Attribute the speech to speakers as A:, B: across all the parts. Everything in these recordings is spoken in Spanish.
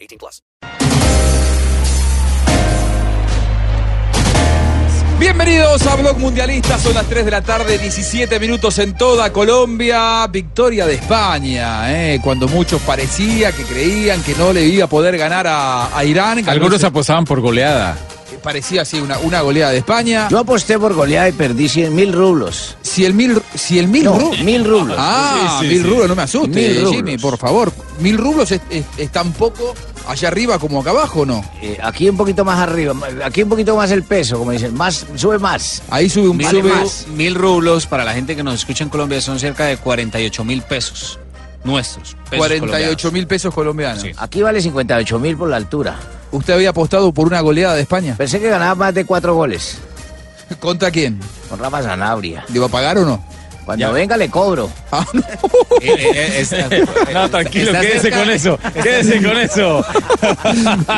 A: 18 plus.
B: Bienvenidos a Blog Mundialista, son las 3 de la tarde, 17 minutos en toda Colombia, victoria de España, ¿eh? cuando muchos parecía que creían que no le iba a poder ganar a, a Irán, ganó- Eh,
C: Algunos apostaban por goleada.
B: parecía así una, una goleada de España.
D: Yo aposté por goleada y perdí 100 mil rublos.
B: Si el mil, si el mil
D: No,
B: ru-
D: mil rublos.
B: Ah, mil rublos, no me
D: Mil
B: asustes,
D: rublos.
B: Jimmy, por favor. Mil rublos es, es- es tan poco allá arriba como acá abajo, ¿no?
D: Eh, aquí un poquito más arriba, aquí un poquito más el peso, como dicen, más, sube más.
B: Ahí sube un
D: Vale
B: sube-
D: más.
E: Mil rublos para la gente que nos escucha en Colombia son cerca de 48 mil pesos nuestros. pesos
B: 48 mil pesos colombianos.
E: Sí.
D: Aquí vale 58 mil por la altura.
B: Usted había apostado por una goleada de España.
D: Pensé que ganaba más de cuatro goles
B: ¿Contra quién?
D: con Rafa Sanabria.
B: ¿Le va a pagar o no?
D: Cuando venga le cobro.
B: Ah, no.
E: colombianos. Eh, eh, eh, es-
C: No, tranquilo,
E: está
C: quédese
E: cerca.
C: con eso. Quédese con eso.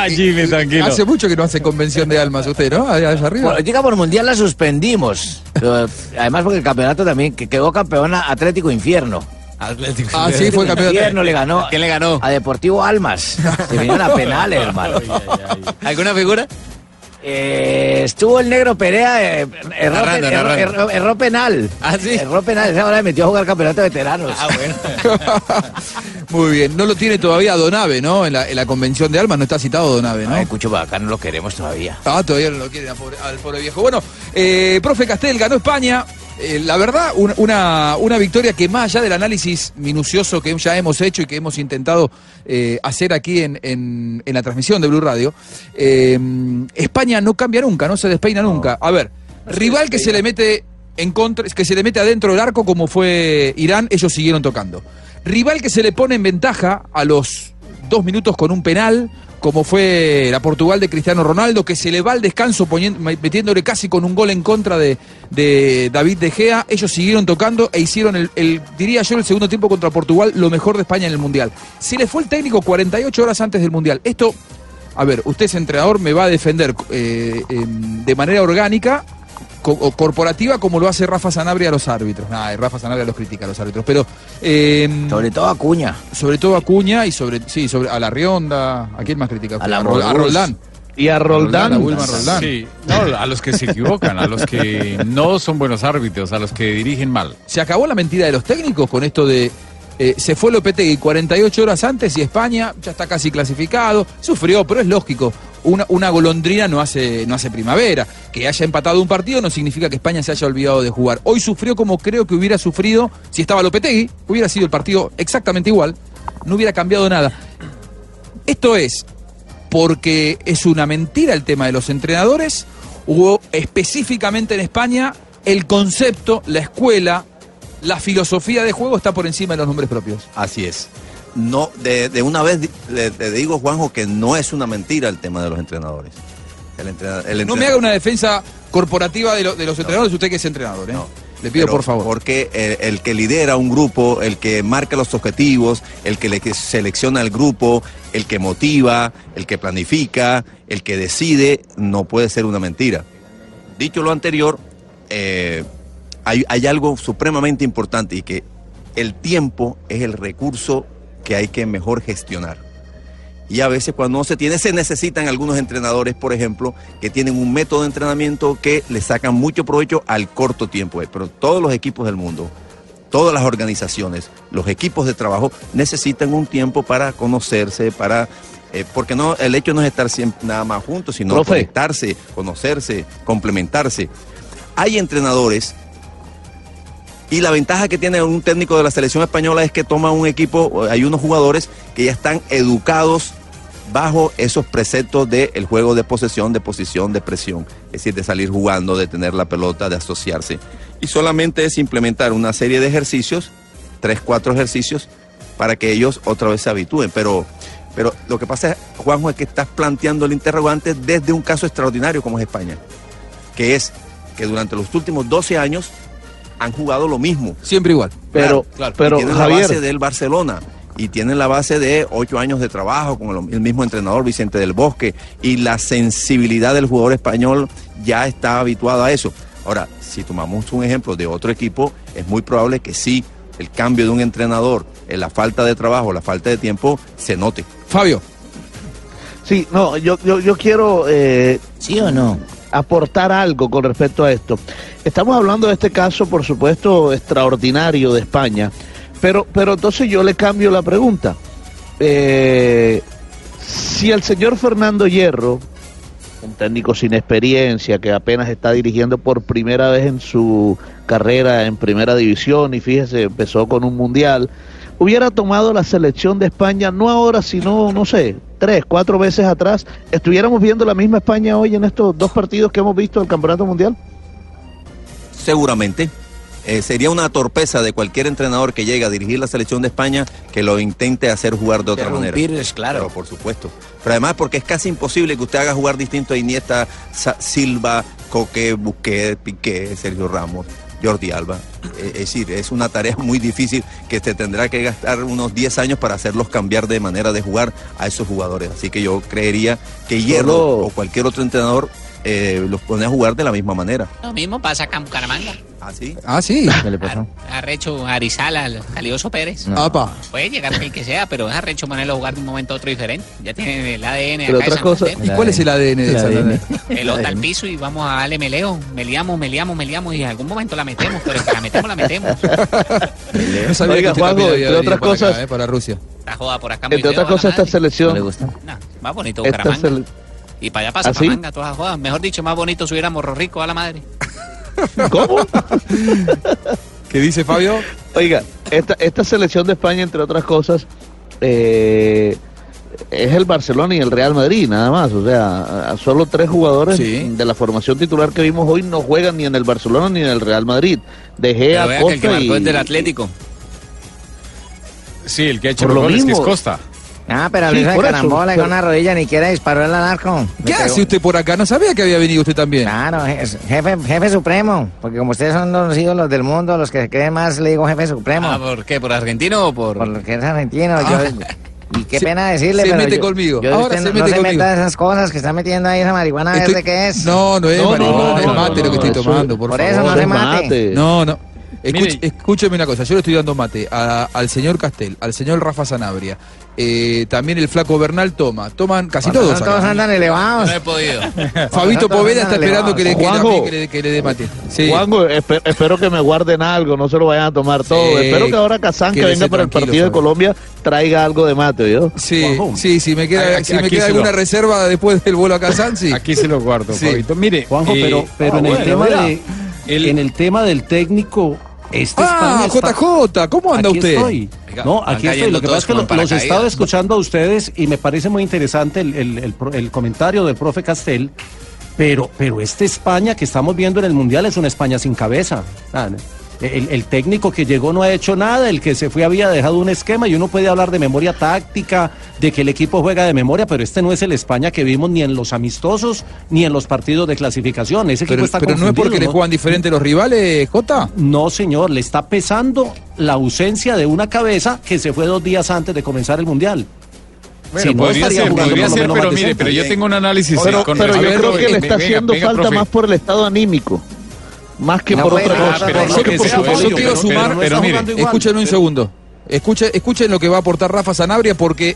C: Jimmy, tranquilo.
B: Hace mucho que no hace convención de almas usted, ¿no? Allá, allá arriba.
D: Bueno, Liga por Mundial la suspendimos. Pero, además porque el campeonato también, que quedó campeona Atlético Infierno.
E: Atlético.
B: ah, sí, fue campeón.
D: Infierno le ganó.
E: ¿Quién le ganó?
D: A Deportivo Almas. Se vinieron a penales, hermano.
E: ¿Alguna figura?
D: Eh, estuvo el negro Perea, eh, erró,
E: Narrando,
D: erró-
E: narrando.
D: erró- erró penal.
E: Ah, ¿sí?
D: Erró penal, esa hora me metió a jugar campeonato de veteranos.
E: bueno.
B: Muy bien. No lo tiene todavía Donave, ¿no? En la, en la convención de almas no está citado Donave, ¿no?
D: No, Cucho Bacá no lo queremos todavía.
B: Ah, todavía no lo quiere al pobre, al pobre viejo. Bueno, eh, profe Castel ganó España. Eh, la verdad, un- una, una victoria que más allá del análisis minucioso que ya hemos hecho y que hemos intentado eh, hacer aquí en, en- en la transmisión de Blue Radio, eh, España no cambia nunca, no se despeina nunca. A ver, rival que se le mete en contra, que se le mete adentro del arco como fue Irán, ellos siguieron tocando. Rival que se le pone en ventaja a los dos minutos con un penal, como fue la Portugal de Cristiano Ronaldo, que se le va al descanso poniendo- metiéndole casi con un gol en contra de, de David De Gea. Ellos siguieron tocando e hicieron, el, el- diría yo, el segundo tiempo contra Portugal lo mejor de España en el Mundial. Se le fue el técnico 48 horas antes del Mundial. Esto, a ver, usted es entrenador, me va a defender eh, em, de manera orgánica co- o corporativa como lo hace Rafa Sanabria a los árbitros. Nah, eh, Rafa Sanabria los critica a los árbitros, pero... em,
D: Sobre todo Acuña.
B: sobre todo a Cuña y sobre sí, sobre a la Rionda, ¿a quién más critica?
D: A la
B: Rol- a
D: Morús.
B: Roldán.
F: Y a
B: A
F: Roldán.
B: Wilma Roldán.
C: Sí, no, a los que se equivocan, a los que no son buenos árbitros, a los que dirigen mal.
B: Se acabó la mentira de los técnicos con esto de eh, se fue Lopetegui 48 horas antes y España ya está casi clasificado, sufrió, pero es lógico. Una, una golondrina no hace, no hace primavera. Que haya empatado un partido no significa que España se haya olvidado de jugar. Hoy sufrió como creo que hubiera sufrido si estaba Lopetegui, hubiera sido el partido exactamente igual, no hubiera cambiado nada. Esto es, porque es una mentira el tema de los entrenadores, hubo específicamente en España el concepto, la escuela, la filosofía de juego está por encima de los nombres propios.
G: Así es. No, de, de una vez di- le, te digo, Juanjo, que no es una mentira el tema de los entrenadores. El entrena- el
B: No
G: entrenador-
B: me haga una defensa corporativa de, lo- de los entrenadores, usted que es entrenador, ¿eh?
G: No.
B: Le pido
G: Pero
B: por favor.
G: Porque el, el que lidera un grupo, el que marca los objetivos, el que, le, que selecciona el grupo, el que motiva, el que planifica, el que decide, no puede ser una mentira. Dicho lo anterior, eh, hay, hay algo supremamente importante y que el tiempo es el recurso que hay que mejor gestionar. Y a veces cuando no se tiene, se necesitan algunos entrenadores, por ejemplo, que tienen un método de entrenamiento que le sacan mucho provecho al corto tiempo. Pero todos los equipos del mundo, todas las organizaciones, los equipos de trabajo necesitan un tiempo para conocerse, para... eh, porque no, el hecho no es estar siempre nada más juntos, sino
F: Profe.
G: conectarse, conocerse, complementarse. Hay entrenadores y la ventaja que tiene un técnico de la selección española es que toma un equipo, hay unos jugadores que ya están educados bajo esos preceptos del juego de posesión, de posición, de presión. Es decir, de salir jugando, de tener la pelota, de asociarse. Y solamente es implementar una serie de ejercicios, tres, cuatro ejercicios, para que ellos otra vez se habitúen. Pero Pero lo que pasa, Juanjo, es que estás planteando el interrogante desde un caso extraordinario como es España, que es que durante los últimos 12 años han jugado lo mismo.
B: Siempre igual.
F: Pero,
B: claro.
F: pero
G: y tienen la base
F: Javier,
G: del Barcelona y tienen la base de ocho años de trabajo con el, el mismo entrenador Vicente del Bosque y la sensibilidad del jugador español ya está habituado a eso. Ahora, si tomamos un ejemplo de otro equipo, es muy probable que sí, el cambio de un entrenador, eh, la falta de trabajo, la falta de tiempo, se note.
B: Fabio,
F: sí, no, yo, yo, yo quiero eh,
D: ¿Sí o no?
F: aportar algo con respecto a esto. Estamos hablando de este caso, por supuesto, extraordinario de España, pero, pero entonces yo le cambio la pregunta. Eh, si el señor Fernando Hierro, un técnico sin experiencia que apenas está dirigiendo por primera vez en su carrera en primera división y fíjese, empezó con un mundial, hubiera tomado la selección de España no ahora, sino, no sé, tres, cuatro veces atrás, estuviéramos viendo la misma España hoy en estos dos partidos que hemos visto del Campeonato Mundial.
G: Seguramente. Eh, sería una torpeza de cualquier entrenador que llegue a dirigir la selección de España que lo intente hacer jugar de otra manera.
D: Interrumpirles,
G: Claro, por supuesto. Pero además porque es casi imposible que usted haga jugar distinto a Iniesta, Sa- Silva, Coque, Busquets, Piqué, Sergio Ramos, Jordi Alba. Eh, Es decir, es una tarea muy difícil que se tendrá que gastar unos 10 años para hacerlos cambiar de manera de jugar a esos jugadores. Así que yo creería que Hierro
F: Solo-
G: o cualquier otro entrenador eh, los pone a jugar de la misma manera.
H: Lo mismo pasa acá en Bucaramanga.
G: Así.
B: ah, sí.
D: ¿Qué le pasó?
H: Arrecho Arizala, al Calioso Pérez.
B: Apa.
H: Puede llegar el que sea, pero es arrecho ponerlo a jugar de un momento a otro diferente. Ya tienen el ADN
F: Pero
H: acá de
F: otra
H: San
F: cosa-
H: Andrés.
B: ¿Y cuál es el ADN de
D: El ADN.
B: Santander?
H: Pelota al piso y vamos a darle meleo. Meleamos, meleamos, meleamos y en algún momento la metemos, pero que la metemos, la metemos.
B: No sabía
F: Oiga, Juanjo,
B: que usted también
F: entre
B: había venido
F: otras
B: para acá,
F: cosas-
B: eh, para Rusia.
H: Está joda por acá. muy
F: Entre otras
H: feo,
F: cosas,
H: la madre.
F: esta
D: ¿No le
F: selección...
D: gusta?
H: Nah, más bonito
F: Esta
H: Bucaramanga.
F: sele-
H: Y para allá
F: ¿Ah,
H: pasa
F: sí?
H: Bucaramanga, todas las jodas. Mejor dicho, más bonito subir a Morro Rico a la madre.
F: ¿Cómo?
B: ¿Qué dice Fabio?
F: Oiga, esta, esta selección de España, entre otras cosas, eh, es el Barcelona y el Real Madrid, nada más. O sea, a- a solo tres jugadores
B: Sí.
F: de la formación titular que vimos hoy no juegan ni en el Barcelona ni en el Real Madrid. De
D: Eh,
F: Gea,
E: Pero vea que
F: Costa
E: el que marcó
F: y-
E: es del Atlético.
C: Sí, el que ha hecho
F: Por
C: los
F: lo
C: goles, que es
F: mismo.
C: Costa.
D: Ah, pero
F: Sí,
D: habló de
F: por eso,
D: carambola y con
F: pero-
D: una rodilla ni quiera disparó el arco. Me
B: ¿Qué
D: pegó.
B: hace usted por acá? No sabía que había venido usted también.
D: Claro, je- jefe, jefe supremo. Porque como ustedes son los ídolos del mundo, los que se creen más, le digo jefe supremo.
E: Ah, ¿Por qué? ¿Por argentino o por...?
D: por lo que es argentino. yo- y qué
B: Se-
D: pena decirle,
B: se
D: pero
B: mete
D: yo-
B: conmigo.
D: yo de
B: Ahora
D: usted
B: se
D: no, no
B: mete conmigo.
D: meta esas cosas que está metiendo ahí esa marihuana,
B: Estoy-
D: ¿de qué es?
B: No, no es
F: No, no,
B: marihuana,
F: no,
B: es
F: no,
B: mate
F: no,
B: lo que estoy
F: eso-
B: tomando, por,
D: por
B: favor.
D: eso no se mate.
B: No, no. Escuche-
C: Mire-
B: escúcheme una cosa, yo le estoy dando mate a- al señor Castel, al señor Rafa Sanabria, eh, también el flaco Bernal toma, toman casi
D: Cuando
B: todos.
D: no
B: acá.
D: todos andan elevados.
E: No he podido.
B: Fabito
D: todos
B: Poveda está
D: andan
B: esperando que le, que,
F: elevados.
B: también que le, que le dé mate. Sí.
F: Juanjo, espe- espero que me guarden algo, no se lo vayan a tomar todo. Espero que ahora Kazán, que
B: quédese
F: venga para el
B: tranquilo,
F: partido de
B: Fabio.
F: Colombia, traiga algo de mate, ¿yo?
B: Sí, sí, si me queda,
C: Aquí-
B: si me
C: aquí
B: queda
C: se lo-
B: alguna reserva después del vuelo a Kazán, sí.
C: Aquí se lo guardo,
B: Sí.
C: Fabito. Mire,
I: Juanjo,
C: eh,
I: pero, pero
C: ah,
I: en, el
C: bueno,
I: tema
C: mira,
I: de,
C: el-
I: en el tema del técnico, este
B: Ah,
I: España está-
B: JJ, ¿cómo anda
I: aquí
B: usted?
I: Estoy.
E: Oiga,
I: No,
E: van
I: aquí estoy.
E: cayendo
I: Lo que pasa es que
E: todos
I: lo-
E: como en
I: los he estado
E: paracaídas.
I: escuchando a ustedes y me parece muy interesante el, el- el pro- el comentario del profe Castel. Pero, pero esta España que estamos viendo en el Mundial es una España sin cabeza. Ah, no. El, el técnico que llegó no ha hecho nada, el que se fue había dejado un esquema y uno puede hablar de memoria táctica, de que el equipo juega de memoria, pero este no es el España que vimos ni en los amistosos ni en los partidos de clasificación. Ese equipo
B: Pero,
I: está
B: pero no es
I: confundido,
B: porque le
I: ¿no?
B: juegan diferente los rivales, Jota.
I: No, señor, le está pesando la ausencia de una cabeza que se fue dos días antes de comenzar el Mundial.
C: Bueno,
I: Si no,
C: podría
I: estaría
C: ser,
I: jugando
C: podría
I: por lo
C: ser,
I: menos
C: pero
I: más
C: mire,
I: decente.
C: pero yo tengo un análisis eh,
F: Pero,
C: con
F: pero yo
C: respecto-
F: creo que le
C: venga,
F: está haciendo
C: venga,
F: falta
C: profe.
F: más por el estado anímico, más que
D: No,
F: por
D: bueno,
F: otra
D: ah,
F: cosa.
D: pero
F: Porque
C: eso-
F: por
C: eso-
F: supuesto-
B: Yo
C: Pero-
B: quiero
C: pero-
B: sumar,
C: pero
B: pero,
C: mire,
B: mire, escuchen un segundo. Escuchen, escuchen lo que va a aportar Rafa Sanabria porque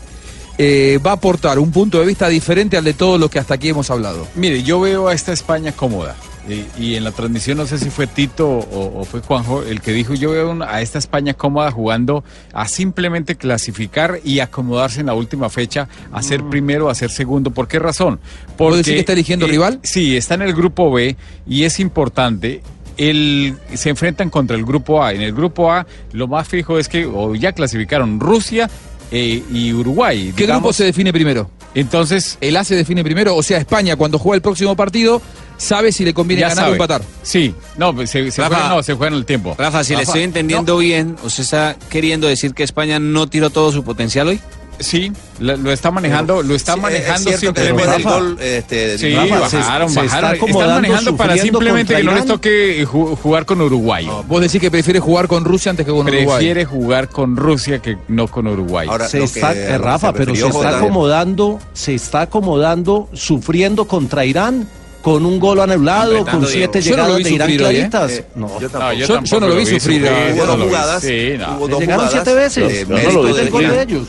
B: eh, va a aportar un punto de vista diferente al de todos los que hasta aquí hemos hablado.
C: Mire, yo veo a esta España cómoda. eh, y en la transmisión, no sé si fue Tito o, o fue Juanjo el que dijo, yo veo una- a esta España cómoda jugando a simplemente clasificar y acomodarse en la última fecha, a ser primero, a ser segundo. ¿Por qué razón? Porque
B: Mm.
C: eh,
B: decir que está eligiendo rival?
C: Sí, está en el grupo B y es importante. El, se enfrentan contra el grupo A. En el grupo A, lo más fijo es que o ya clasificaron Rusia eh, y Uruguay.
B: ¿Qué
C: digamos.
B: grupo se define primero?
C: Entonces,
B: El A se define primero, o sea, España cuando juega el próximo partido sabe si le conviene
C: ya
B: ganar
C: sabe.
B: o empatar.
C: Sí, no, pues se, se
E: Rafa.
C: juega, no, se juega en el tiempo.
E: Rafa, si le
C: Rafa,
E: estoy entendiendo bien, ¿usted está queriendo decir que España no tiró todo su potencial hoy?
C: Sí, lo, lo está manejando, lo está
G: Sí, es- es
C: manejando
G: cierto que
C: simplemente.
G: después del gol, este,
C: sí,
G: Rafa, se-
C: bajaron,
G: se está
C: bajaron. están
G: acomodando,
C: manejando para
G: sufriendo
C: simplemente
G: contra
C: que no les
G: Irán.
C: toque ju- jugar con Uruguay.
B: Vos decís que prefiere jugar con Rusia antes que con Uruguay.
C: Prefiere jugar con Rusia que no con Uruguay.
I: se está, eh, Rafa, pero se está acomodando, se está acomodando, sufriendo contra Irán con un gol anulado,
C: Apretando,
I: con siete
C: Diego. Yo no
I: llegadas
C: lo vi
I: de Irán
C: sufrir hoy, ¿eh?
I: claritas.
C: Eh,
I: no.
C: yo tampoco. yo tampoco lo vi sufrir,
G: Hubo
C: yo no
G: dos
C: lo vi.
G: jugadas.
C: Sí, no.
G: Hubo
I: Le
G: dos
I: llegaron
G: jugadas
I: siete veces.
G: de
I: Yo no lo
G: mérito
I: vi.
G: de
I: El gol de
G: Irán.
I: ellos.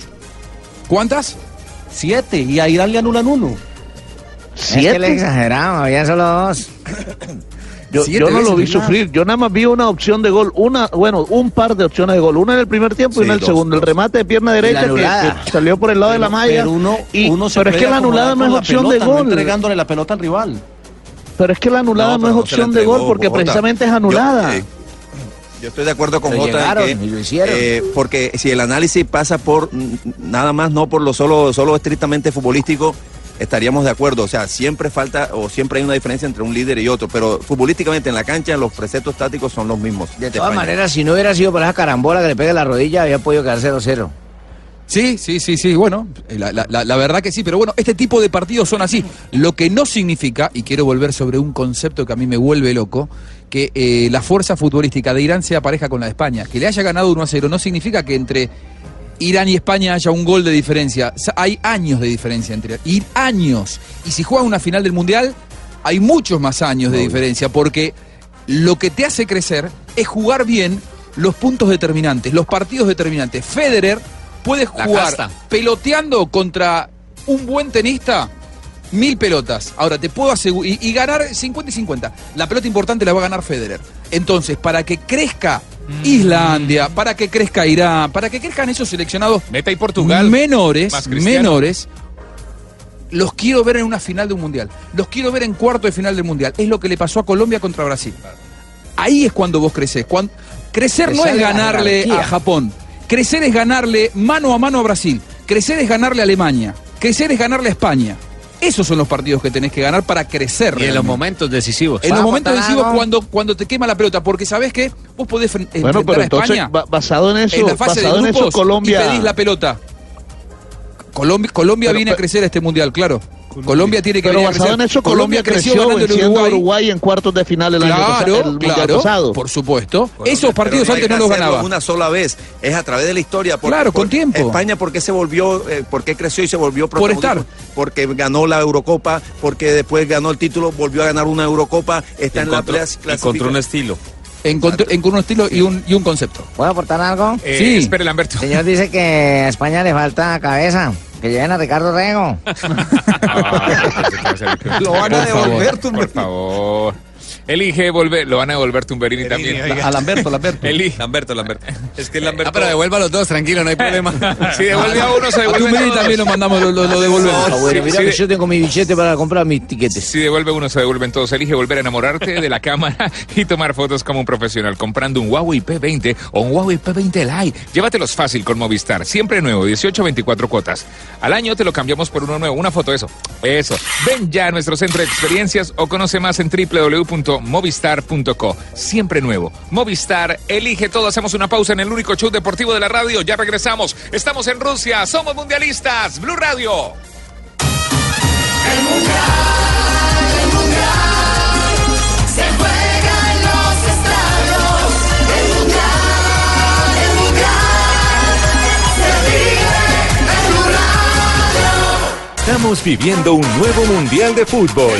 B: ¿Cuántas?
I: Siete, y a Irán le anulan uno.
D: Es que le exageramos, había solo dos.
F: Yo,
D: Siete
F: yo no lo
D: veces,
F: vi
D: ¿verdad?
F: sufrir, yo nada más vi una opción de gol, una, bueno, un par de opciones de gol, una en el primer tiempo y
G: Sí,
F: una en el
G: dos,
F: segundo, el
G: dos.
F: remate de pierna derecha que,
D: anulada.
F: que salió por el lado de la malla.
I: Pero uno,
F: y-
I: uno se
F: pero es
I: puede
F: que la
I: acomodar
F: anulada no
I: con
F: es
I: la
F: opción
I: pelota,
F: de
I: no
F: gol.
I: entregándole la pelota al rival.
F: Pero es que la anulada no,
G: pero no se
F: es
G: la
F: opción de
G: entregó,
F: gol porque
G: Bogotá.
F: precisamente es
G: Yo,
F: anulada.
G: eh, Yo estoy de acuerdo con
D: Pero
G: Jota en
D: llegaron y lo hicieron.
G: eh, porque si el análisis pasa por mm, nada más, no por lo solo, solo estrictamente futbolístico, estaríamos de acuerdo. O sea, siempre falta o siempre hay una diferencia entre un líder y otro, pero futbolísticamente en la cancha los preceptos tácticos son los mismos.
D: De
G: España.
D: todas maneras, si no hubiera sido por esa carambola que le pega en la rodilla, había podido quedar 0-0.
B: Sí, sí, sí, sí. Bueno, la, la- la- la verdad que sí, pero bueno, este tipo de partidos son así. Lo que no significa, y quiero volver sobre un concepto que a mí me vuelve loco, que eh, la fuerza futbolística de Irán sea pareja con la de España. Que le haya ganado 1 a 0 no significa que entre Irán y España haya un gol de diferencia. O sea, hay años de diferencia entre y años. Y si juega una final del mundial, hay muchos más años de diferencia porque lo que te hace crecer es jugar bien los puntos determinantes, los partidos determinantes. Federer puede
E: La
B: jugar
E: casta.
B: peloteando contra un buen tenista mil pelotas. Ahora te puedo asegurar y, y ganar 50 y 50. La pelota importante la va a ganar Federer. Entonces, para que crezca Islandia, para que crezca Irán, para que crezcan esos seleccionados
C: Meta y Portugal.
B: menores,
C: más Cristiano.
B: menores, los quiero ver en una final de un mundial. Los quiero ver en cuarto de final del mundial. Es lo que le pasó a Colombia contra Brasil. Ahí es cuando vos creces. Cuan- crecer
D: Te
B: no es
D: sale la
B: ganarle
D: jerarquía.
B: a Japón. Crecer es ganarle mano a mano a Brasil. Crecer es ganarle a Alemania. Crecer es ganarle a España. Esos son los partidos que tenés que ganar para
E: Y en
B: crecer.
E: los
B: realmente.
E: momentos decisivos.
B: En los
D: Vamos,
B: momentos
D: Tarago.
B: decisivos cuando, cuando te quema la pelota, porque sabés que vos podés fren- eh,
F: bueno,
B: enfrentar
F: pero
B: a
F: entonces,
B: España
F: ba- basado en eso,
B: en la fase
F: basado en
B: de
F: eso,
B: grupos
F: Colombia.
B: y pedís la pelota. Colombia, Colombia
F: Pero,
B: viene a
F: pero-
B: crecer a este mundial, claro. Colombia, tiene que
F: Pero
B: venir a
F: basado en
B: crecer.
F: eso, Colombia, creció,
B: ganándole a
F: venciendo a Uruguay en cuartos de final el año pasado. el
B: Claro,
F: mundial
B: claro,
F: pasado.
B: por supuesto.
G: Colombia,
B: Esos partidos
G: pero hay
B: antes
G: que
B: no los
G: hacerlo
B: ganaba.
G: Una sola vez. Es a través de la historia.
B: Claro, con tiempo.
G: España, ¿por qué se volvió, eh, por qué creció y se volvió
B: Por estar.
G: protagonista? Porque ganó la Eurocopa, porque después ganó el título, volvió a ganar una Eurocopa, está en la
J: Encontró,
G: clase.
J: encontró un estilo.
B: Encontró, encontró un estilo y un, y un concepto.
D: ¿Puedo aportar algo?
C: Eh,
B: Sí.
C: Espere, Lamberto.
D: El señor dice que a España le falta cabeza. Que lleven a Ricardo Rego.
J: Lo van
B: a devolver,
J: Por favor. Elige volver. Lo van a devolver Tumberini también.
I: A Lamberto, Lamberto.
J: Elige. Lamberto, Lamberto. Es que Lamberto.
E: Ah, pero devuelva los dos, tranquilo, no hay problema.
J: Si devuelve a uno, se
B: A
J: devuelve
B: Tumberini
J: todos.
B: también lo mandamos, lo, lo- lo devolvemos.
D: Ah, bueno,
J: sí,
D: mira
J: sí,
D: que
J: de-
D: yo tengo mi billete para comprar mis tiquetes.
J: Si devuelve uno, se devuelven todos. Elige volver a enamorarte de la cámara y tomar fotos como un profesional comprando un Huawei P20 o un Huawei P20 Lite. Llévatelos fácil con Movistar. Siempre nuevo, 18, 24 cuotas. Al año te lo cambiamos por uno nuevo. Una foto, eso. Eso. Ven ya a nuestro centro de experiencias o conoce más en www.movistar.co. Siempre nuevo. Movistar, elige todo. Hacemos una pausa en el único show deportivo de la radio. Ya regresamos. Estamos en Rusia. Somos mundialistas. Blue Radio. Estamos viviendo un nuevo Mundial de Fútbol.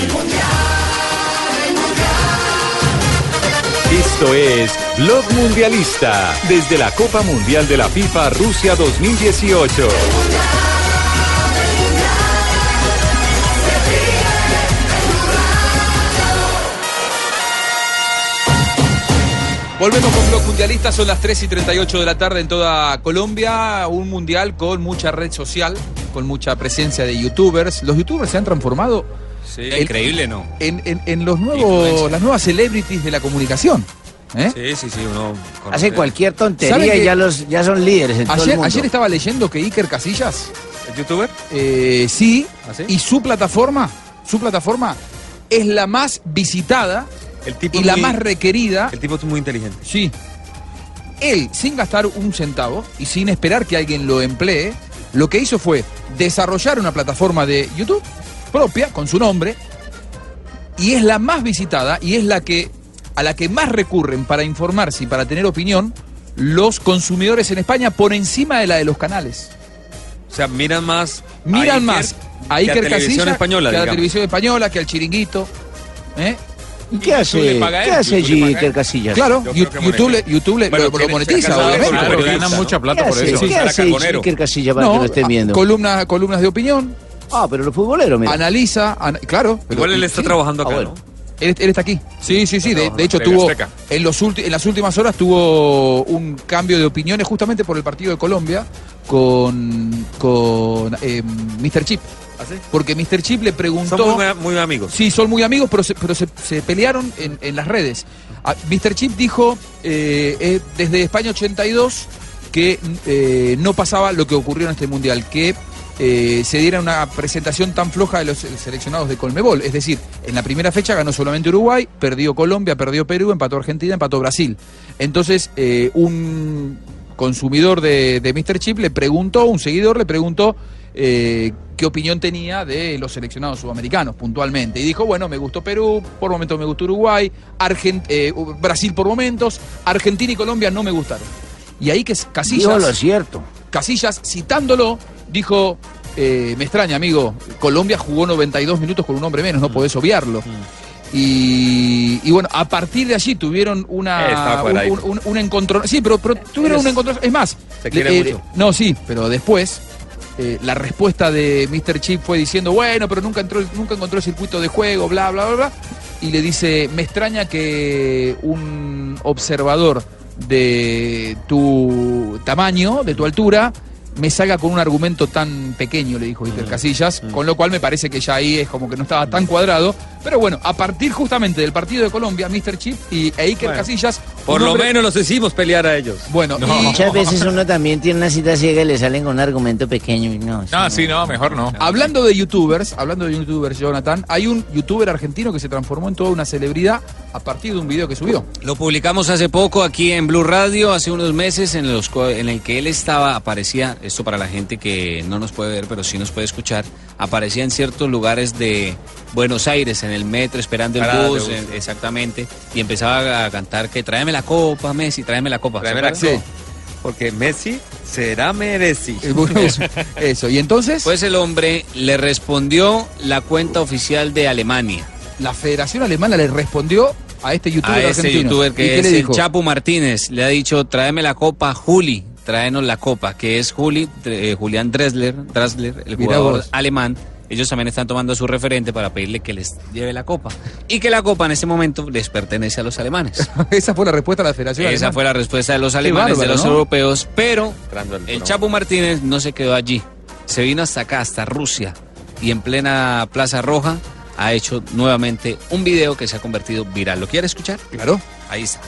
J: Esto es Blog Mundialista desde la Copa Mundial de la FIFA Rusia 2018.
B: Volvemos con Blog Mundialista, son las 3 y 38 de la tarde en toda Colombia, un mundial con mucha red social, con mucha presencia de youtubers. Los youtubers se han transformado
J: Sí,
B: El-
J: increíble, ¿no?
B: en, en- en los nuevos,
J: Influencia.
B: las nuevas celebrities de la comunicación. ¿eh?
J: Sí, sí, sí, uno. conoce-
D: Hace cualquier
B: ¿Saben
D: tontería
B: que-
D: y ya, los, ya son líderes en todo el
B: Ayer,
D: mundo.
B: ayer estaba leyendo que Iker Casillas,
J: ¿El ¿Youtuber?
B: eh, sí,
J: ¿Ah, sí?
B: y su plataforma, su plataforma es la más visitada
J: El tipo
B: y la
J: muy-
B: más requerida.
J: El tipo es muy inteligente.
B: Sí. Él, sin gastar un centavo y sin esperar que alguien lo emplee, lo que hizo fue desarrollar una plataforma de YouTube propia, con su nombre, y es la más visitada y es la que a la que más recurren para informarse y para tener opinión los consumidores en España por encima de la de los canales.
K: O sea, miran más. a
B: Miran
K: Iker
B: más a
K: que
B: Iker
K: televisión
B: Casillas
K: española,
B: que a la
K: digamos.
B: televisión española, que al chiringuito. ¿eh?
D: ¿Qué hace, ¿qué hace allí Iker Casillas?
B: Claro, Yo creo que YouTube le- monetiza. YouTube le- lo- lo monetiza, obviamente. Claro,
D: ganan
B: ganan mucha plata por eso.
D: ¿Qué
B: Sara
D: hace
B: Carbonero. ah,
D: Iker Casillas para que lo estén viendo?
B: Columnas, columnas de opinión.
D: Ah, pero los futboleros, mira. Ah,
B: Analiza, ana- claro. pero-
K: Igual él está trabajando acá, ¿no?
B: Él, él está aquí. Sí, sí, sí. De, de hecho,
K: Tele
B: tuvo
K: Azteca.
B: en, los ulti- en las últimas horas tuvo un cambio de opiniones justamente por el partido de Colombia con, con eh, Mr. Chip. Porque Mr. Chip le preguntó.
K: ¿Ah, Son muy, buena- muy amigos.
B: Sí, son muy amigos, pero se, pero se, se pelearon en, en las redes. Ah, Mr. Chip dijo eh, eh, desde España 82 que eh, no pasaba lo que ocurrió en este mundial, que eh, se diera una presentación tan floja de los eh, seleccionados de Colmebol. Es decir, en la primera fecha ganó solamente Uruguay, perdió Colombia, perdió Perú, empató Argentina, empató Brasil. Entonces, eh, un consumidor de, de Mr. Chip le preguntó, un seguidor le preguntó eh, qué opinión tenía de los seleccionados sudamericanos puntualmente. Y dijo, bueno, me gustó Perú, por momentos me gustó Uruguay, Argen- eh, Brasil por momentos, Argentina y Colombia no me gustaron. Y ahí que es- Casillas...
D: Dijo lo cierto.
B: Casillas, citándolo, dijo, eh, me extraña, amigo, Colombia jugó 92 minutos con un hombre menos,
K: Mm.
B: no podés obviarlo. Y, y bueno, a partir de allí tuvieron
K: Eh, estaba
B: una, un,
K: cuadradito.
B: un- un encontrón. Sí, pero, pero tuvieron
K: Eres-
B: un encontrón. Es más,
K: Se quieren
B: le-
K: mucho.
B: no, sí, pero después eh, la respuesta de Mr. Chip fue diciendo, bueno, pero nunca, entró, el- nunca encontró el circuito de juego, bla, bla, bla, bla. Y le dice, me extraña que un observador de tu tamaño, de tu altura, me salga con un argumento tan pequeño, le dijo Iker
K: Mm.
B: Casillas, con lo cual me parece que ya ahí es como que no estaba tan cuadrado. Pero bueno, a partir justamente del partido de Colombia, Mr. Chip y e Iker
K: Bueno,
B: Casillas...
K: Por
B: un
K: lo
B: hombre-
K: menos los hicimos pelear a ellos.
B: Bueno,
K: No.
D: Muchas veces uno también tiene una cita ciega y le salen con un argumento pequeño. y No,
J: No, Ah, sí, no, mejor no.
B: Hablando de youtubers, hablando de youtubers, Jonathan, hay un youtuber argentino que se transformó en toda una celebridad a partir de un video que subió.
E: Lo publicamos hace poco aquí en Blue Radio, hace unos meses, en, los, co- en el que él estaba, aparecía, esto para la gente que no nos puede ver, pero sí nos puede escuchar, aparecía en ciertos lugares de Buenos Aires, en el metro, esperando el
K: Parada de
E: bus,
K: bus.
E: en- exactamente, y empezaba a cantar que tráeme la copa, Messi, tráeme la copa. ¿se
K: Tráeme la
E: acuerdan?
K: copa. Porque Messi será Messi.
B: Eh, Eso, y entonces...
E: Pues el hombre le respondió la cuenta oficial de Alemania.
B: La Federación Alemana le respondió a este youtuber
E: a ese
B: argentino.
E: youtuber
B: ¿Y
E: que
B: qué
E: es
B: le
E: el
B: dijo?
E: Chapo Martínez. Le ha dicho, tráeme la copa, Juli, tráenos la copa, que es Juli, eh, Julián Dressler, Dressler, el
B: Mira
E: jugador
B: vos.
E: alemán. Ellos también están tomando a su referente para pedirle que les lleve la copa. Y que la copa en ese momento les pertenece a los alemanes.
B: Esa fue la respuesta de la Federación
E: Esa
B: Alemana.
E: fue la respuesta de los
B: Qué
E: alemanes,
B: bárbaro,
E: de los
B: ¿no?
E: europeos. Pero el
K: programa.
E: Chapo Martínez no se quedó allí. Se vino hasta acá, hasta Rusia. Y en plena Plaza Roja ha hecho nuevamente un video que se ha convertido viral. ¿Lo quiere escuchar?
B: Claro.
E: Ahí está.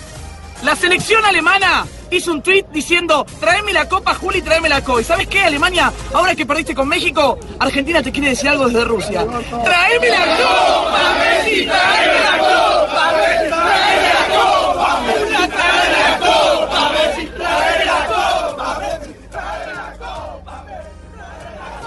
L: La selección alemana hizo un tweet diciendo, tráeme la copa, Juli, tráeme la copa. ¿Y sabes qué, Alemania? Ahora que perdiste con México, Argentina te quiere decir algo desde Rusia. ¡Tráeme la copa, Messi! ¡Tráeme la copa, Messi! ¡Tráeme la copa, Messi! ¡Tráeme la copa, Messi! ¡Tráeme la copa, Messi!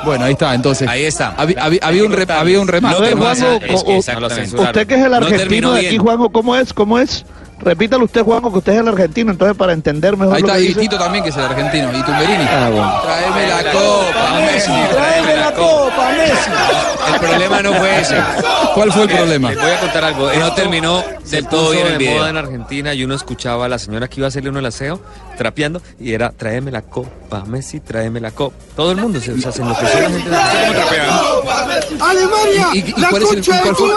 B: Bueno, ahí está, entonces.
E: Ahí está.
B: Había, había- había un, re- había un remate.
F: A ver, Juanjo, o- usted que es el argentino de aquí, Juanjo, ¿cómo es? ¿Cómo es? Repítalo usted, Juanjo, que usted es el argentino, entonces para entender mejor
B: Ahí
F: lo
B: está,
F: que
B: y
F: dice.
B: Tito también, que es el argentino, y Tumberini.
F: Ah,
B: Tráeme la
K: copa,
B: Messi.
K: Tráeme la copa,
F: Messi.
E: El problema no fue ese. Eh,
B: ¿Cuál fue el problema?
K: Les voy a contar algo.
E: No terminó
K: Se
E: del todo
K: puso
E: bien el
K: de moda
E: video.
K: en Argentina y uno escuchaba a la señora que iba a hacerle uno el aseo, trapeando, y era tráeme la copa, Messi, tráeme la copa. Todo el mundo se, o sea, se enloqueció la gente.
L: ¡Alemania!
B: ¿Y, y cuál es el cuál fue?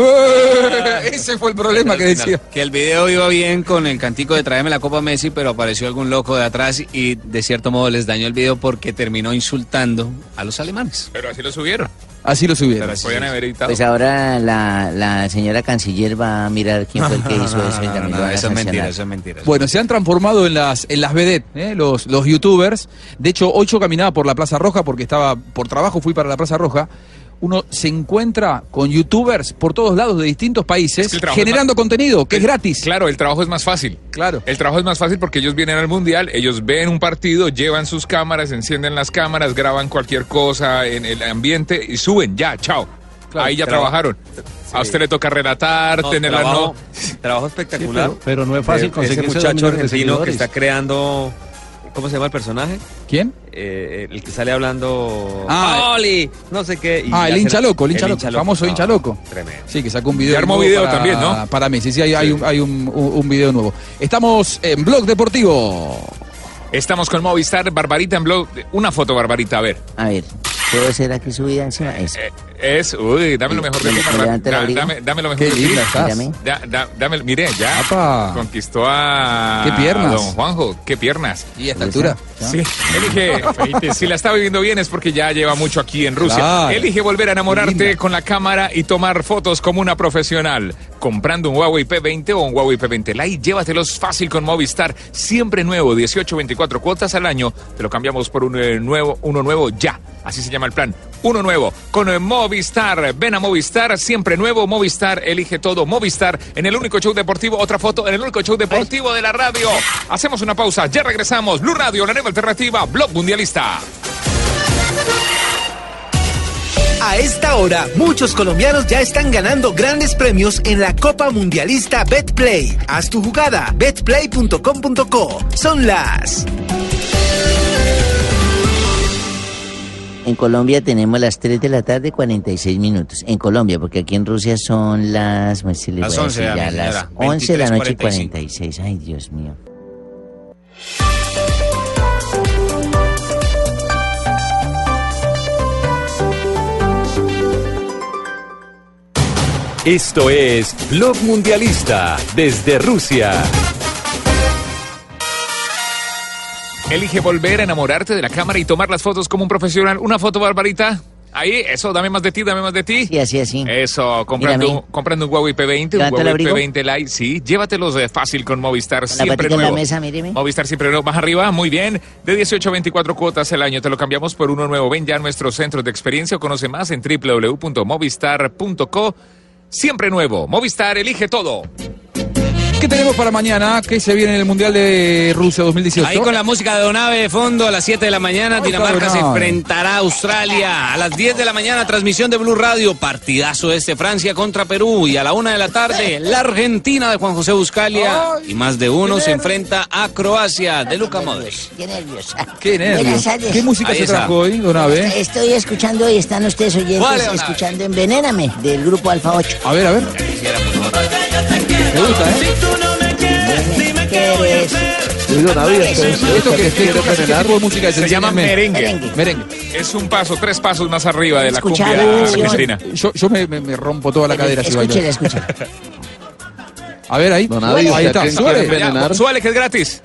B: ¡Eh! Ese fue el problema que decía.
E: Que el video iba bien con el cantico de tráeme la copa Messi, pero apareció algún loco de atrás y de cierto modo les dañó el video porque terminó insultando a los alemanes.
J: Pero así lo subieron.
B: Así lo subieron.
J: Podían haber editado.
D: Pues ahora la, la señora canciller va a mirar quién fue el que
E: No,
D: hizo
E: no,
D: eso y
E: no,
D: también
E: no,
D: lo van a
E: eso es mentira,
D: sancionar.
E: eso es mentira.
B: Bueno, se han transformado en las, en las vedettes, ¿eh? los, los youtubers. De hecho, hoy yo caminaba por la Plaza Roja porque estaba por trabajo, fui para la Plaza Roja. uno se encuentra con youtubers por todos lados de distintos países
J: Es que el trabajo
B: generando
J: es más-
B: contenido que es
J: el-
B: gratis.
J: Claro, el trabajo es más fácil.
B: Claro.
J: El trabajo es más fácil porque ellos vienen al mundial, ellos ven un partido, llevan sus cámaras, encienden las cámaras, graban cualquier cosa en el ambiente y suben, ya, chao.
K: Claro,
J: Ahí ya
K: traba-
J: trabajaron. A usted le toca relatar,
K: No,
J: tener la
K: trabajo,
J: no.
K: trabajo espectacular.
I: Sí, pero- pero no es fácil
K: De-
I: conseguir
K: ese
I: esos
K: muchacho
I: millones de
K: argentino que
I: seguidores.
K: está creando. ¿Cómo se llama el personaje?
B: ¿Quién?
K: Eh, el que sale
G: Oh.
K: hablando.
B: Ah,
K: ¡Oli! No sé qué. y
B: Ah, el
K: hace-
B: hincha loco, el hincha loco, famoso hincha loco.
K: Tremendo.
B: Sí, que sacó un video.
K: Y armó
B: nuevo
K: video
B: para-
K: también, ¿no?
B: Para Messi, sí, hay, hay un, hay un- un video nuevo. Estamos en Blog Deportivo.
J: Estamos con Movistar, Barbarita en blog. Una foto, Barbarita, a ver.
M: A ver, ¿puedo hacer aquí subida encima? Eso.
J: Eh, Es, uy, dame lo mejor de ti, Barbarita.
M: levante la
J: Da-
M: abrigo.
J: Dame, dame lo mejor
M: Qué
J: de ti.
M: linda estás. Mírame.
J: Da- da- dame, mire, ya conquistó a
B: Qué piernas.
J: don Juanjo, qué piernas.
B: Y a esta altura.
M: Pues
J: Sí. Elige, si la está viviendo bien es porque ya lleva mucho aquí en Rusia.
B: Claro.
J: Elige volver a enamorarte con la cámara y tomar fotos como una profesional. Comprando un Huawei P20 o un Huawei P20 Lite, llévatelos fácil con Movistar. Siempre nuevo, 18, 24 cuotas al año. Te lo cambiamos por un, eh, nuevo, uno nuevo ya. Así se llama el plan. Uno nuevo con eh, Movistar. Ven a Movistar, siempre nuevo. Movistar, elige todo. Movistar en el único show deportivo. Otra foto en el único show deportivo de la radio. Hacemos una pausa, ya regresamos. Blue Radio, la nueva alternativa, Blog Mundialista.
N: A esta hora, muchos colombianos ya están ganando grandes premios en la Copa Mundialista BetPlay. Haz tu jugada, betplay.com.co. Son las...
M: En Colombia tenemos las 3 de la tarde, 46 minutos. En Colombia, porque aquí en Rusia son las... pues, si les
O: Las
M: voy a
O: 11
M: decir
O: de la
M: ya,
O: mañana,
M: las 11 de la noche y
O: 23:45.
M: 46. Ay, Dios mío.
P: Esto es Blog Mundialista desde Rusia.
J: Elige volver a enamorarte de la cámara y tomar las fotos como un profesional. Una foto, Barbarita. Ahí, eso, dame más de ti, dame más de ti. Sí,
M: así, así.
J: Eso, comprando,
M: Mírame.
J: un, comprando un Huawei P20, un
M: ¿Levanta el
J: Huawei
M: abrigo?
J: P20 Lite, sí. Llévatelos de fácil con Movistar,
M: La
J: siempre
M: patita en la
J: nuevo.
M: mesa, míreme.
J: Movistar siempre nuevo, más arriba, muy bien. De 18 a 24 cuotas el año, te lo cambiamos por uno nuevo. Ven ya a nuestros centros de experiencia o conoce más en www.movistar.co. Siempre nuevo, Movistar elige todo.
B: ¿Qué tenemos para mañana? ¿Qué se viene en el Mundial de Rusia 2018?
E: Ahí con la música de Donave de fondo a las 7 de la mañana, Dinamarca se
B: Donave.
E: enfrentará a Australia. A las 10 de la mañana, transmisión de Blue Radio, partidazo este Francia contra Perú. Y a la 1 de la tarde, la Argentina de Juan José Buscalia. Y más de uno se enfrenta a Croacia de Luca Modric.
M: Qué nervios.
B: Qué
E: nervios.
M: Buenas tardes.
E: ¿Qué música Ahí se está. trajo
B: hoy, Donave?
M: Estoy escuchando y están ustedes
E: ¿Cuál,
M: oyentes
E: Donave?
M: escuchando Envenéname del grupo Alfa 8.
B: A ver, a ver.
M: Me
B: gusta, ¿eh?
M: Dime qué eres.
B: Digo, David, entonces, esto que estoy
J: Quiero
B: tocando
J: envenenar.
B: tipo de música
J: Se llama merengue.
B: Merengue. merengue.
J: Es un paso, tres pasos más arriba de la
B: Escuchar
J: cumbia
B: la canción.
J: argentina.
B: Yo, yo me, me- me rompo toda la cadera. si
J: escúchela,
B: bailo. A ver, ahí.
J: Nadie
B: ahí está. Suele.
J: Suele que es gratis.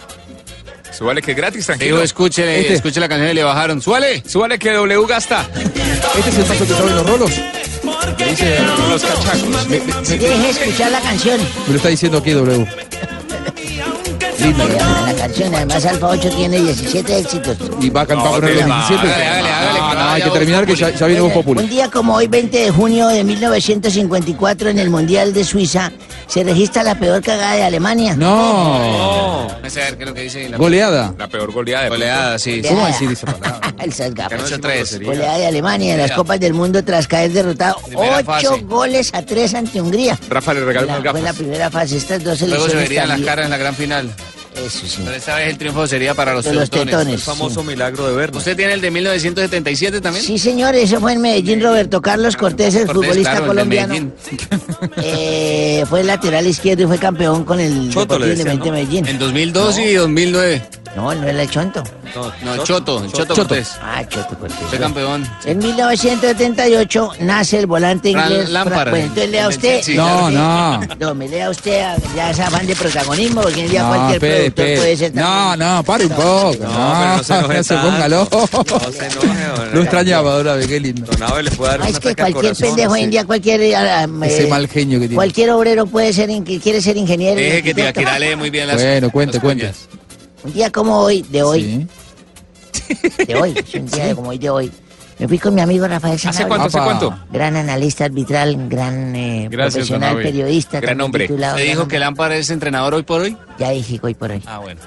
J: Suele que es gratis, tranquilo.
O: Digo, escúchele,
F: Este.
O: escuche la canción y le bajaron. ¡Suale!
J: ¡Suale que W gasta!
B: Este es el paso que traen los rolos.
J: los cachacos.
B: Me, me- me-
M: Deje escuchar la canción.
B: me lo está diciendo aquí, W.
M: La canción, además Alfa 8 tiene 17 éxitos.
B: Y va a cantar por el 17. Ah, hay que terminar que ya, ya viene Voz Populi.
M: Un día como hoy, 20 de junio de 1954, en el Mundial de Suiza, se registra la peor cagada de Alemania.
B: No.
E: No sé a ver qué es lo que dice. la-
B: Goleada.
J: La peor goleada.
E: Goleada, sí.
M: ¿Cómo
E: Sí.
M: decir
B: esa palabra?
M: El Salgado.
E: Ganó 8-3.
M: Goleada de Alemania en las Copas del Mundo tras caer derrotado
E: Primera
M: 8
E: fase.
M: goles a 3 ante Hungría.
J: Rafa le
M: Fue
J: regaló
M: la-
J: unas
M: fue la
J: gafas.
M: primera fase. Estas dos
O: Luego se
M: selecciones
O: verían las
M: también-
O: caras en la gran final.
M: Eso sí.
O: Pero esta vez el triunfo sería para los
M: De los teutones, El famoso
O: milagro de Berna. ¿Usted tiene el de 1977 también? Ah,
M: Sí, señor, ese fue en Medellín Roberto Carlos Cortés, el
O: Cortés,
M: futbolista
O: claro, el de
M: colombiano. Eh, fue lateral izquierdo y fue campeón con el
O: Choto le
M: Deportivo
O: decían,
M: Independiente Medellín.
O: En 2002 y 2009.
M: No, no era el Chonto.
O: No, Choto, el Choto, Cortés.
M: Ah, Choto Cortés.
O: Fue campeón.
M: En 1978 nace el volante
O: Fran
M: inglés. Fra-
O: Lampard.
M: Bueno, entonces lea
O: En el
M: usted.
O: Chelsea. No,
B: no.
M: No, me lea usted, a- ya es afán de protagonismo, porque en el día
B: No,
M: cualquier
B: Fede,
M: productor
B: Fede.
M: puede ser
B: No, no, pare un poco. No,
K: pero no se enoje
B: no se
K: tanto.
B: ponga loco.
K: don
B: Lo extrañaba, Donave, qué lindo.
K: Donave le puede dar
M: Ah,
K: un
M: es que
K: ataque al
M: cualquier
K: corazón,
M: pendejo hoy en
K: sí.
M: día, cualquier, ah, ah,
B: Ese
M: eh,
B: mal genio que tiene.
M: cualquier obrero puede ser, in- que quiere ser ingeniero. ah,
O: Deje que
M: arquitecto.
O: Tibaquirá lee muy bien las
B: Bueno, cuente, cuente.
M: Un día como hoy, de hoy. De hoy, es un día como hoy de hoy. Me fui con mi amigo Rafael Sanabria.
J: cuánto, hace Apa. cuánto?
M: Gran analista arbitral, gran eh,
E: Gracias,
M: profesional,
E: Sanabria.
M: periodista.
E: Gran
M: también
E: hombre.
M: titulado,
E: ¿Se
M: gran
E: dijo
M: hombre.
E: que Lampard es entrenador hoy por hoy?
M: Ya dije hoy por hoy.
E: Ah, bueno.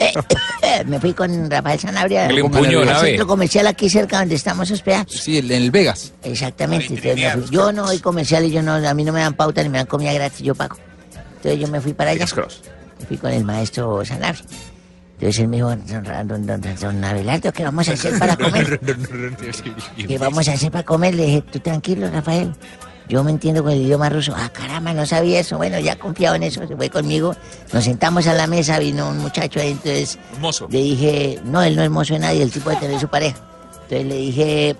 M: Eh, Me fui con Rafael Sanabria.
E: Dale un puño,
M: al
E: nave.
M: centro comercial aquí cerca donde estamos hospedados.
B: Sí, en el Vegas.
M: Exactamente. entonces me fui. Yo no doy comerciales, yo no, a mí no me dan pauta ni me dan comida gratis, yo pago. Entonces yo me fui para allá. Me fui con el maestro Sanabria. Entonces él me dijo, don, Ra- don, don, don, don Abelardo, ¿qué vamos a hacer para comer? ¿Qué vamos a hacer para comer? Le dije, tú tranquilo, Rafael. Yo me entiendo con el idioma ruso. Ah, caramba, no sabía eso. Bueno, ya confiado en eso, se fue conmigo. Nos sentamos a la mesa, vino un muchacho ahí, entonces
J: Hermoso.
M: le dije, no, él no es mozo de nadie, el tipo de tener su pareja. Entonces le dije,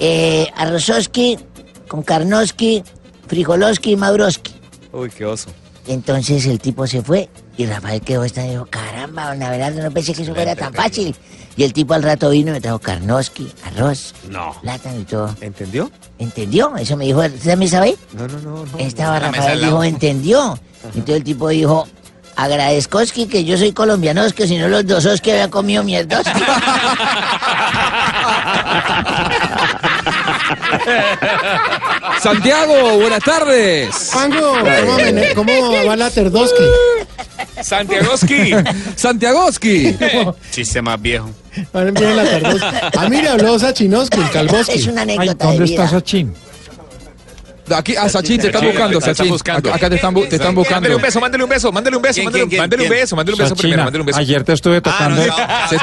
M: eh, a Rososki, con Karnowski, Frijolowski y Mauroski.
K: Uy, qué oso.
M: Entonces el tipo se fue y Rafael quedó esta y dijo, caramba, don Abelardo, no pensé que eso fuera tan fácil. Y el tipo al rato vino y me trajo Karnowski, arroz,
K: No.
M: plátano y todo.
K: ¿Entendió?
M: ¿Entendió? Eso me dijo, él. ¿usted también sabe?
K: No, no, no. no.
M: Estaba
K: La mesa
M: Rafael
K: al lado.
M: dijo, entendió. Entonces el tipo dijo, agradezco Oski, que yo soy colombiano, es que si no los dos os que había comido mierda.
B: Santiago, buenas tardes.
Q: Pango, ¿cómo, me- cómo va la Terdoski?
J: Santiagoski.
B: Santiagoski.
O: Chiste más viejo.
Q: Ahora empieza la Terdoski. A mí le habló Sachinoski, el Calvoski.
M: Es una anécdota
Q: Ay,
M: de vida.
Q: Sachin?
B: Aquí, ah, Sachin, te están
J: Sachin, te
B: buscando,
J: están
B: Sachin.
J: buscando.
B: Acá acá te están, bu- te están buscando.
J: Mándale un beso, mándale un beso, mándale un beso, mándale un- mándale un beso, mándale un beso primero, mándale un beso.
B: Ayer te estuve
J: tocando.
B: se,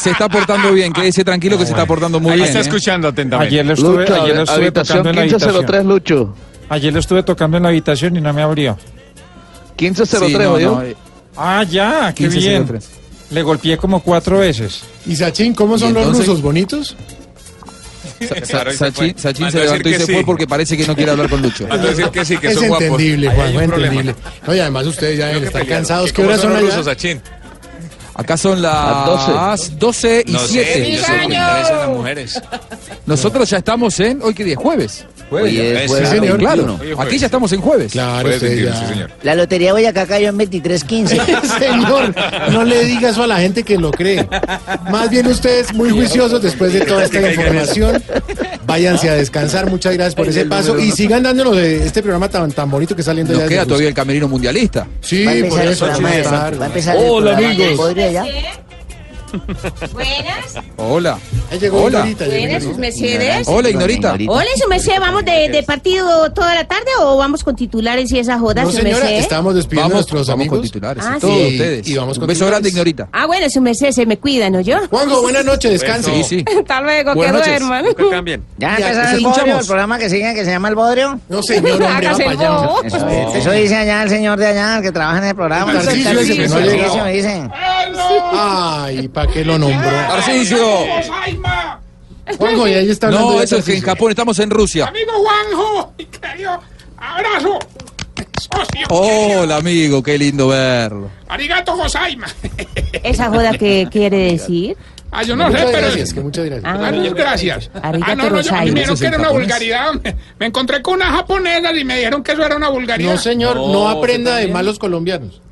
B: se está portando bien, quédese tranquilo que se está portando muy
C: Ahí
B: bien.
C: está
B: ¿eh?
C: escuchando atentamente.
F: Ayer le estuve- Lucho, ayer le estuve habitación tocando en la 1503, Lucho.
R: Ayer lo estuve tocando en la habitación y no me abrió.
F: 1503, ¿oyó?
B: eh,
R: Ah, ya, qué bien.
F: 1503.
R: Le golpeé como cuatro veces.
Q: ¿Y Sachin, cómo son
R: ¿Y
Q: los
R: entonces?
Q: rusos? ¿Bonitos?
B: Sa- sa-
J: Claro, y se
B: Sachin,
J: fue.
B: Sachin
J: Mandó
B: se
J: a
B: levantó y
J: decir
B: se
J: que
B: fue
J: sí.
B: porque parece que no quiere hablar con Lucho.
J: Mandó a decir que sí, que
Q: es
J: son guapos.
Q: entendible,
J: Ahí hay
Q: Juanjo,
J: un problema.
Q: entendible. Oye, además ustedes ya deben estar
J: pelearon.
Q: cansados.
J: ¿Qué
Q: ¿Qué horas
J: cómo
Q: son
J: son los
Q: allá?
J: rusos, Sachin?
B: Acá son las 12 y
J: No sé,
B: 7.
J: yo soy
E: Interesa a las mujeres.
B: Nosotros ya estamos en. ¿Hoy qué día? ¿Jueves?
E: Jueves,
B: Hoy
E: ya
B: es
E: es
B: jueves,
E: jueves.
B: pues, claro.
E: Hoy es jueves.
B: Aquí ya estamos en jueves.
Q: Claro,
J: Puedes sentir, sí, señor.
M: La lotería Boyacá cayó en 23.15.
Q: Señor, no le diga eso a la gente que lo cree. Más bien ustedes, muy juiciosos después de toda esta información, váyanse a descansar. Muchas gracias por ese paso y sigan dándonos eh, este programa tan, tan bonito que está saliendo
B: Nos
Q: ya.
B: queda
Q: desde
B: todavía el camerino mundialista.
Q: Sí, Va a empezar por el eso, programa de- claro. va a empezar el
B: Hola,
Q: programa de
B: amigos.
Q: Podría
S: ya. Buenas.
B: Hola.
Q: Ahí llegó
B: Hola.
Q: Ignorita, llegó
S: Buenas, sus mercedes.
B: Hola, Ignorita.
S: Hola, su merced, ¿vamos de, de partido toda la tarde o vamos con titulares y esas jodas,
Q: No,
S: su
Q: señora,
S: merced?
Q: estamos despidiendo
B: Vamos-
Q: a nuestros
B: vamos
Q: amigos.
B: con titulares,
S: Ah, todos sí.
B: ustedes.
Q: Y vamos
B: Un
Q: con
B: beso grande, Ignorita.
S: Ah, bueno, su merced, se me cuidan, ¿no yo?
Q: Juanjo, buenas noches, descanse.
B: Sí, sí.
S: Hasta luego, que
B: Buenas noches.
S: duerman.
K: Cambien.
Q: Ya,
M: ¿Ya empezaron el
Q: escuchamos.
M: bodrio, el programa que sigue que se llama El Bodrio?
Q: No, señor, hombre, va
S: Hágase
Q: para
S: el
Q: allá.
S: bobo.
M: Eso, eso dice allá el señor de allá, el que trabaja en el programa.
Q: Tarcisio,
M: Tarcisio,
Q: ese que no ha llegado.
M: Tarcisio, dice.
Q: Ay, ¿para qué lo nombró?
B: Tarcisio.
Q: Juanjo, y ahí está hablando
B: No,
Q: de
B: eso es que en
Q: Tarcisio.
B: Japón, estamos en Rusia.
T: Amigo Juanjo, mi querido, abrazo. Socio.
B: Hola, amigo, qué lindo verlo.
T: Arigato Gozaima.
S: ¿Esa joda que quiere decir?
T: Ah, yo no sé,
Q: Muchas
T: pero.
Q: gracias, que muchas gracias.
T: Ah, muchas gracias.
S: Arigato
T: Ah, no, no, yo, a mí
S: Gozaima.
T: me dijeron que
Q: Eso es
T: era
Q: en
T: una
Q: japonés.
T: vulgaridad. Me encontré con unas japonesas y me dijeron que eso era una vulgaridad.
Q: No, señor, no aprenda de malos colombianos.